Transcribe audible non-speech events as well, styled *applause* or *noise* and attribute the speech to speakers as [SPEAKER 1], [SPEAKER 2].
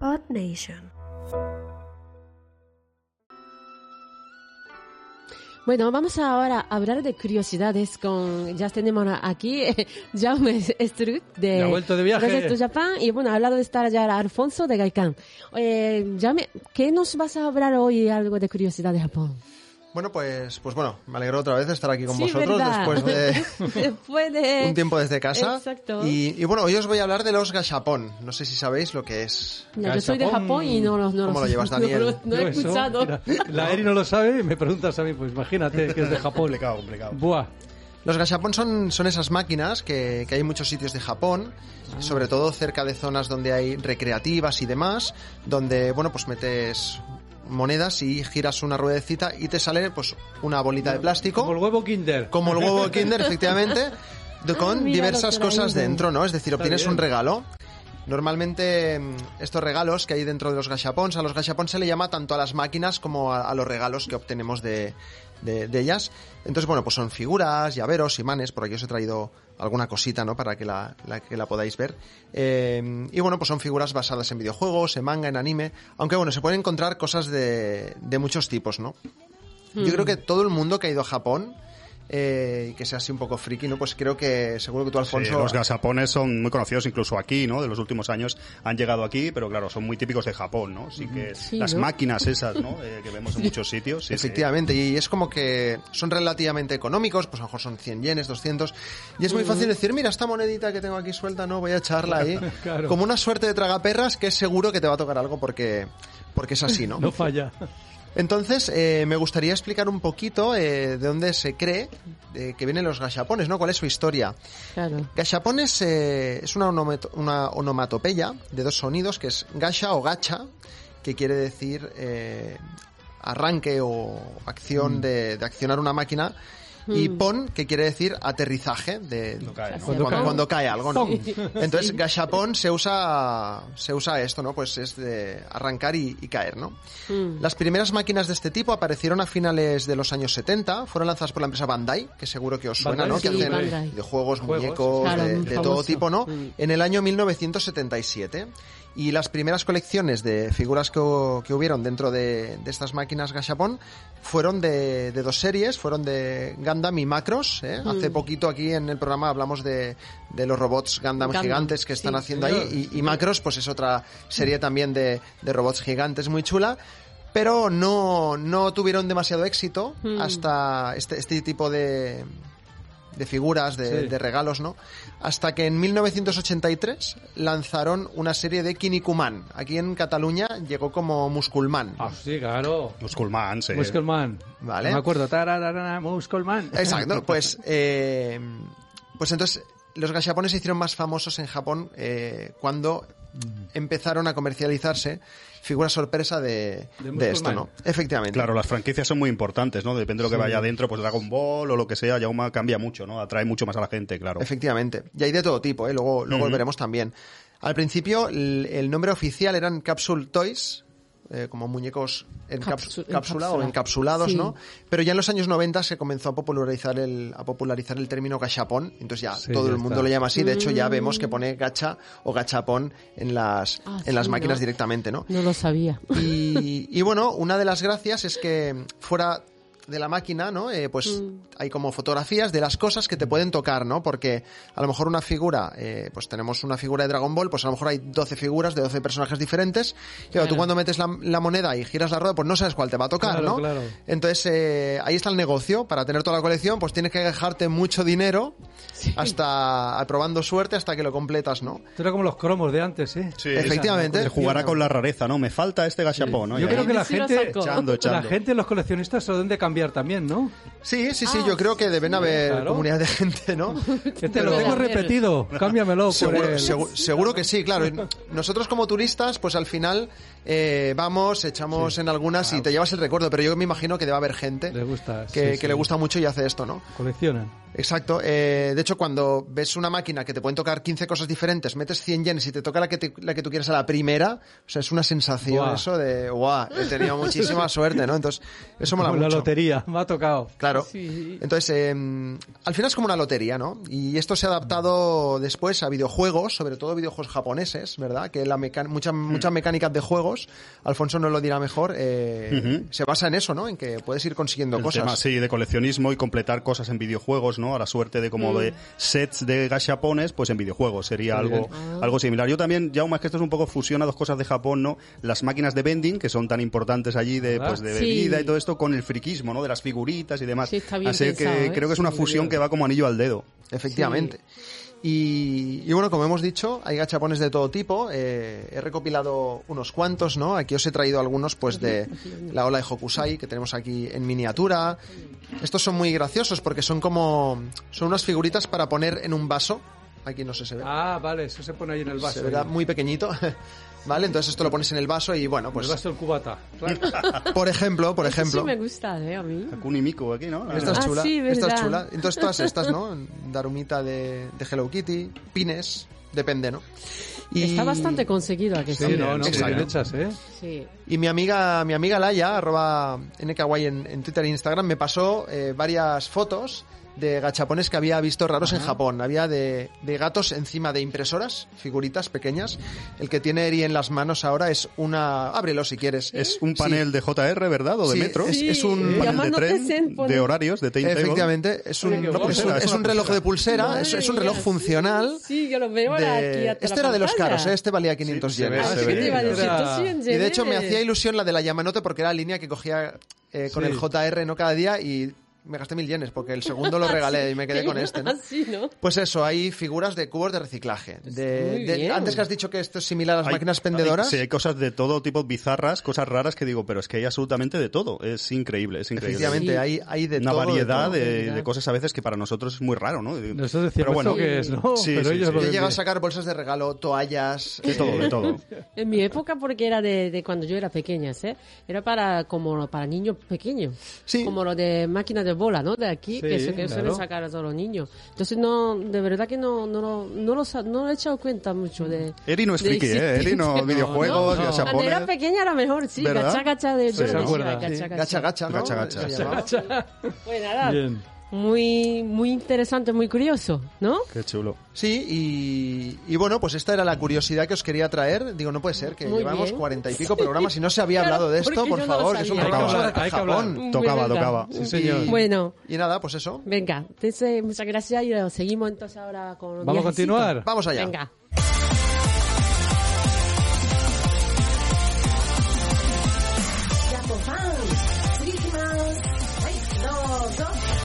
[SPEAKER 1] Earth Nation.
[SPEAKER 2] Bueno, vamos ahora a hablar de curiosidades con... Ya tenemos aquí *laughs* eh, Jaume Struck de...
[SPEAKER 3] Ya ha vuelto de viaje.
[SPEAKER 2] Project to Japan y bueno, ha hablado de estar ya Alfonso de Gaikán. Eh, Jaume, ¿qué nos vas a hablar hoy algo de curiosidad de
[SPEAKER 3] *laughs*
[SPEAKER 2] Japón? *laughs*
[SPEAKER 4] Bueno, pues, pues bueno, me alegro otra vez de estar aquí con
[SPEAKER 2] Sí,
[SPEAKER 4] vosotros
[SPEAKER 2] ¿verdad?
[SPEAKER 4] después
[SPEAKER 2] *laughs*
[SPEAKER 4] de
[SPEAKER 2] Después de...
[SPEAKER 4] un tiempo desde casa.
[SPEAKER 2] Exacto.
[SPEAKER 4] Y, y bueno, hoy os voy a hablar de los gashapon. No sé si sabéis lo que es.
[SPEAKER 2] Mira, yo soy de
[SPEAKER 3] Japón.
[SPEAKER 2] Japón y no los... No *laughs*
[SPEAKER 4] ¿Cómo lo llevas,
[SPEAKER 2] no-
[SPEAKER 4] Daniel?
[SPEAKER 2] No, no
[SPEAKER 3] Yo
[SPEAKER 2] he
[SPEAKER 3] eso,
[SPEAKER 2] escuchado.
[SPEAKER 3] mira, la Eri no lo sabe y me preguntas a mí, pues imagínate que es de Japón.
[SPEAKER 4] *laughs* Complicado, complicado.
[SPEAKER 3] Buah.
[SPEAKER 4] Los gashapon son, son esas máquinas que, que hay en muchos sitios de Japón, sobre todo cerca de zonas donde hay recreativas y demás, donde, bueno, pues metes monedas y giras una ruedecita y te sale pues una bolita de plástico.
[SPEAKER 3] Como el huevo Kinder.
[SPEAKER 4] como
[SPEAKER 3] *laughs*
[SPEAKER 4] el huevo Kinder, efectivamente, de-
[SPEAKER 2] *laughs*
[SPEAKER 4] con
[SPEAKER 2] Ah, mira,
[SPEAKER 4] diversas
[SPEAKER 2] lo que
[SPEAKER 4] cosas
[SPEAKER 2] traigo.
[SPEAKER 4] dentro, ¿no? Es decir,
[SPEAKER 3] Está
[SPEAKER 4] obtienes
[SPEAKER 3] bien.
[SPEAKER 4] un regalo. Normalmente mm, estos regalos que hay dentro de los gashapons, a los gashapons se le llama tanto a las máquinas como a, a los regalos que obtenemos de, de- de ellas. Entonces, bueno, pues son figuras, llaveros, imanes, por aquí os he traído alguna cosita, ¿no? Para que la, la- que la podáis ver. Eh, y bueno, pues son figuras basadas en videojuegos, en manga, en anime, aunque bueno, se pueden encontrar cosas de, de muchos tipos, ¿no? Yo
[SPEAKER 3] Mm.
[SPEAKER 4] creo que todo el mundo que ha ido a Japón eh, y que sea así un poco friki, ¿no? Pues creo que seguro que tú,
[SPEAKER 5] Sí,
[SPEAKER 4] Alfonso,
[SPEAKER 5] Eh, los gasapones son muy conocidos incluso aquí, ¿no? De los últimos años han llegado aquí, pero claro, son muy típicos de Japón, ¿no? Así que
[SPEAKER 2] Sí,
[SPEAKER 5] las
[SPEAKER 2] ¿no?
[SPEAKER 5] máquinas esas, ¿no? Eh, que vemos en muchos sitios. sí, sí.
[SPEAKER 4] efectivamente, y es como que son relativamente económicos, pues a lo mejor son 100 yenes, 200, y es
[SPEAKER 3] Mm.
[SPEAKER 4] muy fácil decir, mira, esta monedita que tengo aquí suelta, no, voy a echarla ahí,
[SPEAKER 3] *laughs* Claro.
[SPEAKER 4] como una suerte de tragaperras que es seguro que te va a tocar algo porque, porque es así,
[SPEAKER 3] *laughs*
[SPEAKER 4] ¿no?
[SPEAKER 3] No falla.
[SPEAKER 4] Entonces, eh, me gustaría explicar un poquito eh, de dónde se cree eh, que vienen los gachapones, ¿no? ¿Cuál es su historia?
[SPEAKER 2] Claro.
[SPEAKER 4] Gashapon es, eh, es una, onomet- una onomatopeya de dos sonidos, que es gasha o gacha, que quiere decir eh, arranque o
[SPEAKER 3] Mm.
[SPEAKER 4] acción de, de accionar una máquina, y pon, que quiere decir aterrizaje, de,
[SPEAKER 5] No cae, ¿no?
[SPEAKER 2] Cuando
[SPEAKER 4] cuando,
[SPEAKER 3] cae.
[SPEAKER 4] cuando cae algo, ¿no?
[SPEAKER 3] Sí.
[SPEAKER 4] Entonces, gashapon se usa, se usa esto, ¿no? Pues es de arrancar y, y caer, ¿no?
[SPEAKER 2] Mm.
[SPEAKER 4] Las primeras máquinas de este tipo aparecieron a finales de los años 70, fueron lanzadas por la empresa Bandai, que seguro que os suena,
[SPEAKER 3] Bandai,
[SPEAKER 4] ¿no? que
[SPEAKER 2] sí,
[SPEAKER 4] hacen
[SPEAKER 2] Bandai.
[SPEAKER 4] de juegos,
[SPEAKER 3] Juegos.
[SPEAKER 4] muñecos,
[SPEAKER 2] Claro,
[SPEAKER 4] de,
[SPEAKER 2] muy
[SPEAKER 4] de
[SPEAKER 2] famoso.
[SPEAKER 4] todo tipo, ¿no?
[SPEAKER 2] Mm.
[SPEAKER 4] En el año 1977. Y las primeras colecciones de figuras que, hu- que hubieron dentro de, de estas máquinas Gashapon fueron de, de dos series, fueron de Gundam y Macros. ¿eh?
[SPEAKER 2] Mm.
[SPEAKER 4] Hace poquito aquí en el programa hablamos de, de los robots Gundam,
[SPEAKER 2] Gundam,
[SPEAKER 4] gigantes que están
[SPEAKER 2] sí.
[SPEAKER 4] haciendo ahí. Y, y Macros, pues es otra serie también de, de robots gigantes muy chula. Pero no, no tuvieron demasiado éxito hasta este- este tipo de, de figuras, de,
[SPEAKER 3] Sí.
[SPEAKER 4] de regalos, ¿no? Hasta que en 1983 lanzaron una serie de Kinikuman. Aquí en Cataluña llegó como Musculman.
[SPEAKER 3] Ah, sí, claro.
[SPEAKER 5] Musculman, sí.
[SPEAKER 3] Pues Muskelman.
[SPEAKER 4] Vale.
[SPEAKER 3] Me acuerdo. Tarararana, Muskelman.
[SPEAKER 4] Exacto, pues, eh, pues entonces los gachapones se hicieron más famosos en Japón eh, cuando empezaron a comercializarse figuras sorpresa de,
[SPEAKER 3] De
[SPEAKER 4] de esto,
[SPEAKER 3] Musculman.
[SPEAKER 4] ¿no? Efectivamente.
[SPEAKER 5] Claro, las franquicias son muy importantes, ¿no? Depende de lo que vaya dentro, pues Dragon Ball o lo que sea, Yauma cambia mucho, ¿no? Atrae mucho más a la gente, claro.
[SPEAKER 4] Efectivamente. Y hay de todo tipo, ¿eh? luego, luego lo veremos también. Al principio, el, el nombre oficial eran Capsule Toys, eh, como muñecos en
[SPEAKER 2] Capsu-
[SPEAKER 4] caps- cápsula o
[SPEAKER 2] encapsula.
[SPEAKER 4] encapsulados,
[SPEAKER 2] Sí.
[SPEAKER 4] ¿no? Pero ya en los años 90 se comenzó a popularizar el, a popularizar el término gachapón, entonces ya
[SPEAKER 3] Sí,
[SPEAKER 4] todo
[SPEAKER 3] ya
[SPEAKER 4] el mundo
[SPEAKER 3] está.
[SPEAKER 4] lo llama así. De hecho,
[SPEAKER 2] Mm.
[SPEAKER 4] ya vemos que pone gacha o gachapón en las,
[SPEAKER 2] Ah,
[SPEAKER 4] en
[SPEAKER 2] sí,
[SPEAKER 4] las máquinas
[SPEAKER 2] ¿no?
[SPEAKER 4] directamente, ¿no?
[SPEAKER 2] No lo sabía.
[SPEAKER 4] Y, y bueno, una de las gracias es que fuera de la máquina, ¿no? Eh, pues
[SPEAKER 3] Mm.
[SPEAKER 4] hay como fotografías de las cosas que te pueden tocar, ¿no? Porque a lo mejor una figura, eh, pues tenemos una figura de Dragon Ball, pues a lo mejor hay 12 figuras de 12 personajes diferentes. Claro, tú cuando metes la, la moneda y giras la rueda, pues no sabes cuál te va a tocar,
[SPEAKER 3] Claro,
[SPEAKER 4] ¿no?
[SPEAKER 3] claro.
[SPEAKER 4] Entonces eh, ahí está el negocio, para tener toda la colección, pues tienes que dejarte mucho dinero hasta probando suerte hasta que lo completas, ¿no?
[SPEAKER 3] Esto era como los cromos de antes, ¿eh?
[SPEAKER 5] Sí.
[SPEAKER 4] Efectivamente.
[SPEAKER 5] Se jugará con la rareza, ¿no? Me falta este gachapón, ¿no? Y
[SPEAKER 3] Yo
[SPEAKER 5] ahí-
[SPEAKER 3] creo que la
[SPEAKER 2] Sí, lo
[SPEAKER 3] gente,
[SPEAKER 2] Eh, saco.
[SPEAKER 5] Echando,
[SPEAKER 3] la
[SPEAKER 5] echando.
[SPEAKER 3] gente, los coleccionistas, se lo deben de cambiar también, ¿no?
[SPEAKER 4] Sí, sí, sí, yo creo que deben haber
[SPEAKER 3] Ah, Claro.
[SPEAKER 4] comunidad de gente, ¿no?
[SPEAKER 3] Este lo
[SPEAKER 2] Pero-
[SPEAKER 3] tengo repetido, cámbiamelo *laughs* por
[SPEAKER 4] Seguro,
[SPEAKER 3] el...
[SPEAKER 4] segu- seguro que sí, claro. Nosotros como turistas, pues al final eh, vamos, echamos en algunas y te llevas el recuerdo, pero yo me imagino que debe haber gente
[SPEAKER 3] Le gusta,
[SPEAKER 4] que,
[SPEAKER 3] sí,
[SPEAKER 4] que le
[SPEAKER 3] sí.
[SPEAKER 4] gusta mucho y hace esto, ¿no?
[SPEAKER 3] Coleccionan.
[SPEAKER 4] Exacto. eh, de hecho, cuando ves una máquina que te pueden tocar 15 cosas diferentes, metes 100 yenes y te toca la que, te- la que tú quieres a la primera, o sea, es una sensación
[SPEAKER 3] Buah.
[SPEAKER 4] eso de, guau, he
[SPEAKER 3] *laughs*
[SPEAKER 4] tenido muchísima suerte, ¿no? Entonces, eso mola
[SPEAKER 3] Como la
[SPEAKER 4] mucho.
[SPEAKER 3] lotería, *laughs* me ha tocado.
[SPEAKER 4] Claro.
[SPEAKER 2] Sí.
[SPEAKER 4] Entonces, eh, al final es como una lotería, ¿no? Y esto se ha adaptado después a videojuegos, sobre todo videojuegos japoneses, ¿verdad? Que la meca- mucha-
[SPEAKER 5] Mm.
[SPEAKER 4] muchas mecánicas de juegos, Alfonso nos lo dirá mejor, eh,
[SPEAKER 5] Ujú.
[SPEAKER 4] se basa en eso, ¿no? En que puedes ir consiguiendo
[SPEAKER 5] El
[SPEAKER 4] cosas.
[SPEAKER 5] tema, sí, de coleccionismo y completar cosas en videojuegos, ¿no? A la suerte de
[SPEAKER 2] Mm.
[SPEAKER 5] como de sets de gachapones, pues en videojuegos sería algo,
[SPEAKER 4] Ah.
[SPEAKER 5] algo similar. Yo también, ya más que esto es un poco fusión a dos cosas de Japón, ¿no? Las máquinas de vending, que son tan importantes allí de,
[SPEAKER 3] ¿Verdad?
[SPEAKER 5] pues, de
[SPEAKER 2] Sí.
[SPEAKER 5] bebida y todo esto, con el friquismo, ¿no? De las figuritas y demás.
[SPEAKER 2] Sí, está bien
[SPEAKER 5] Así
[SPEAKER 2] pensado,
[SPEAKER 5] que
[SPEAKER 2] ¿eh?
[SPEAKER 5] creo que es una
[SPEAKER 2] Sí,
[SPEAKER 5] fusión
[SPEAKER 2] bien.
[SPEAKER 5] que va como anillo al dedo.
[SPEAKER 4] Efectivamente. Y, y bueno, como hemos dicho, hay gachapones de todo tipo. eh, he recopilado unos cuantos, ¿no? Aquí os he traído algunos, pues, de la ola de Hokusai, que tenemos aquí en miniatura. Estos son muy graciosos porque son como... Son unas figuritas para poner en un vaso. Aquí no sé si se ve.
[SPEAKER 3] Ah, vale, eso se pone ahí en el vaso.
[SPEAKER 4] se verá
[SPEAKER 3] ahí.
[SPEAKER 4] muy pequeñito. *laughs* Vale, entonces esto lo pones en el vaso y bueno,
[SPEAKER 3] En
[SPEAKER 4] pues...
[SPEAKER 3] el Este vaso del cubata.
[SPEAKER 4] *laughs* Por ejemplo, por
[SPEAKER 2] *laughs* Eso
[SPEAKER 4] ejemplo...
[SPEAKER 2] Sí me gusta, ¿eh? A mí.
[SPEAKER 5] Hakuni Miku aquí, ¿no?
[SPEAKER 4] Esta es
[SPEAKER 2] Ah,
[SPEAKER 4] chula.
[SPEAKER 2] sí,
[SPEAKER 4] esta es
[SPEAKER 2] verdad.
[SPEAKER 4] chula.
[SPEAKER 2] *laughs*
[SPEAKER 4] Entonces todas estas, ¿no? Darumita de, de Hello Kitty, pines, depende, ¿no? Y-
[SPEAKER 2] Está bastante conseguido aquí.
[SPEAKER 3] Sí, no, no, muy
[SPEAKER 4] Exacto.
[SPEAKER 3] bien hechas, ¿eh?
[SPEAKER 2] Sí.
[SPEAKER 4] Y mi amiga, mi amiga Laia, arroba nkawaii en, en Twitter e Instagram, me pasó eh, varias fotos de gachapones que había visto raros
[SPEAKER 2] Ah.
[SPEAKER 4] en Japón. Había de, de gatos encima de impresoras, figuritas pequeñas. El que tiene Eri en las manos ahora es una... Ábrelo si quieres.
[SPEAKER 5] Es un panel de JR, ¿verdad? O de
[SPEAKER 4] Sí,
[SPEAKER 5] metro.
[SPEAKER 4] es- es
[SPEAKER 5] Un
[SPEAKER 4] un- Sí,
[SPEAKER 5] panel de
[SPEAKER 2] llamándote
[SPEAKER 5] tren,
[SPEAKER 2] Zen, pone.
[SPEAKER 5] de horarios, de timetable.
[SPEAKER 4] Efectivamente, es un,
[SPEAKER 3] Oye, qué
[SPEAKER 4] no,
[SPEAKER 3] guay.
[SPEAKER 4] es un, es un reloj de pulsera,
[SPEAKER 2] Madre
[SPEAKER 4] Este es, es un
[SPEAKER 2] mía,
[SPEAKER 4] reloj
[SPEAKER 2] sí,
[SPEAKER 4] funcional.
[SPEAKER 2] Sí, yo lo veo
[SPEAKER 4] de-
[SPEAKER 2] ahora aquí a toda
[SPEAKER 4] este
[SPEAKER 2] la
[SPEAKER 4] era de los
[SPEAKER 2] pantalla.
[SPEAKER 4] caros, ¿eh? este valía 500
[SPEAKER 5] Sí, se ve,
[SPEAKER 4] yenes.
[SPEAKER 2] Ah,
[SPEAKER 5] se
[SPEAKER 2] sí,
[SPEAKER 5] ve.
[SPEAKER 2] te iba a decir,
[SPEAKER 3] Era-
[SPEAKER 2] tú sí, en
[SPEAKER 4] Y de hecho me
[SPEAKER 2] Jenner.
[SPEAKER 4] hacía ilusión la de la Yamanote porque era la línea que cogía eh, con
[SPEAKER 3] Sí.
[SPEAKER 4] el JR no cada día y me gasté mil yenes porque el
[SPEAKER 2] *laughs*
[SPEAKER 4] segundo
[SPEAKER 2] Ah,
[SPEAKER 4] lo regalé y me quedé con este. ¿no?
[SPEAKER 2] Sí, ¿no?
[SPEAKER 4] Pues eso, hay figuras de cubos de reciclaje. De,
[SPEAKER 2] Muy
[SPEAKER 4] de-
[SPEAKER 2] bien.
[SPEAKER 4] antes que has dicho que esto es similar a las
[SPEAKER 5] Hay-
[SPEAKER 4] máquinas
[SPEAKER 5] hay-
[SPEAKER 4] pendedoras.
[SPEAKER 5] sí, hay cosas de todo tipo, bizarras, cosas raras que digo, pero es que hay absolutamente de todo. Es increíble, es increíble.
[SPEAKER 4] Efectivamente,
[SPEAKER 2] Sí.
[SPEAKER 4] hay, hay de
[SPEAKER 5] Una
[SPEAKER 4] todo, de
[SPEAKER 5] variedad
[SPEAKER 4] todo.
[SPEAKER 5] de,
[SPEAKER 2] Variedad.
[SPEAKER 5] de cosas a veces que para nosotros es muy raro, ¿no?
[SPEAKER 3] Nosotros decíamos
[SPEAKER 5] pero bueno,
[SPEAKER 3] "¿Esto qué es, ¿no?
[SPEAKER 5] Sí,
[SPEAKER 3] Pero
[SPEAKER 5] sí,
[SPEAKER 3] ellos lo
[SPEAKER 4] Yo
[SPEAKER 5] sí. Yo
[SPEAKER 4] llegué a
[SPEAKER 3] venden.
[SPEAKER 4] sacar bolsas de regalo, toallas.
[SPEAKER 5] de
[SPEAKER 4] eh,
[SPEAKER 5] todo, de todo.
[SPEAKER 2] En mi época, porque era de, de cuando yo era pequeña, ¿eh? Era para como para niños pequeños.
[SPEAKER 4] Sí.
[SPEAKER 2] Como lo de máquina de bola, ¿no? De aquí,
[SPEAKER 3] Sí,
[SPEAKER 2] que eso que
[SPEAKER 3] claro.
[SPEAKER 2] suelen sacar a todos los niños. Entonces, no, de verdad que no, no, lo, no, lo, sa- no lo he echado cuenta mucho de...
[SPEAKER 5] Eri no es
[SPEAKER 2] de
[SPEAKER 5] friki, ¿eh? Eri no,
[SPEAKER 2] existencia.
[SPEAKER 5] videojuegos,
[SPEAKER 3] no.
[SPEAKER 5] ya se
[SPEAKER 2] Cuando
[SPEAKER 5] apone.
[SPEAKER 2] era pequeña era mejor, sí.
[SPEAKER 5] ¿Verdad?
[SPEAKER 2] Gacha, gacha de...
[SPEAKER 5] Sí,
[SPEAKER 2] yo
[SPEAKER 5] se
[SPEAKER 2] lo
[SPEAKER 3] acuerda,
[SPEAKER 2] decía,
[SPEAKER 3] sí.
[SPEAKER 4] Gacha, gacha, ¿no?
[SPEAKER 5] Gacha, gacha,
[SPEAKER 4] Se
[SPEAKER 5] gacha,
[SPEAKER 4] llamaba.
[SPEAKER 3] *laughs*
[SPEAKER 2] Pues nada,
[SPEAKER 3] Bien.
[SPEAKER 2] muy, muy interesante, muy curioso, ¿no?
[SPEAKER 5] Qué chulo.
[SPEAKER 4] Sí, y, y bueno, pues esta era la curiosidad que os quería traer. Digo, no puede ser que
[SPEAKER 2] Muy
[SPEAKER 4] llevamos
[SPEAKER 2] bien.
[SPEAKER 4] cuarenta y pico programas y no se había hablado de esto,
[SPEAKER 2] Porque
[SPEAKER 4] por
[SPEAKER 2] yo no lo
[SPEAKER 4] favor, que es un
[SPEAKER 2] sabía.
[SPEAKER 4] programa
[SPEAKER 5] Hay que
[SPEAKER 4] sobre
[SPEAKER 3] hablar, hay que
[SPEAKER 4] Japón.
[SPEAKER 3] hablar.
[SPEAKER 5] Tocaba,
[SPEAKER 2] Muy bien,
[SPEAKER 5] tocaba.
[SPEAKER 4] Sí, señor.
[SPEAKER 2] Bueno,
[SPEAKER 4] Y nada, pues eso.
[SPEAKER 2] venga. Entonces, muchas gracias y lo seguimos entonces ahora con...
[SPEAKER 3] Vamos a
[SPEAKER 2] viajecito.
[SPEAKER 3] continuar.
[SPEAKER 4] Vamos allá.
[SPEAKER 2] Venga.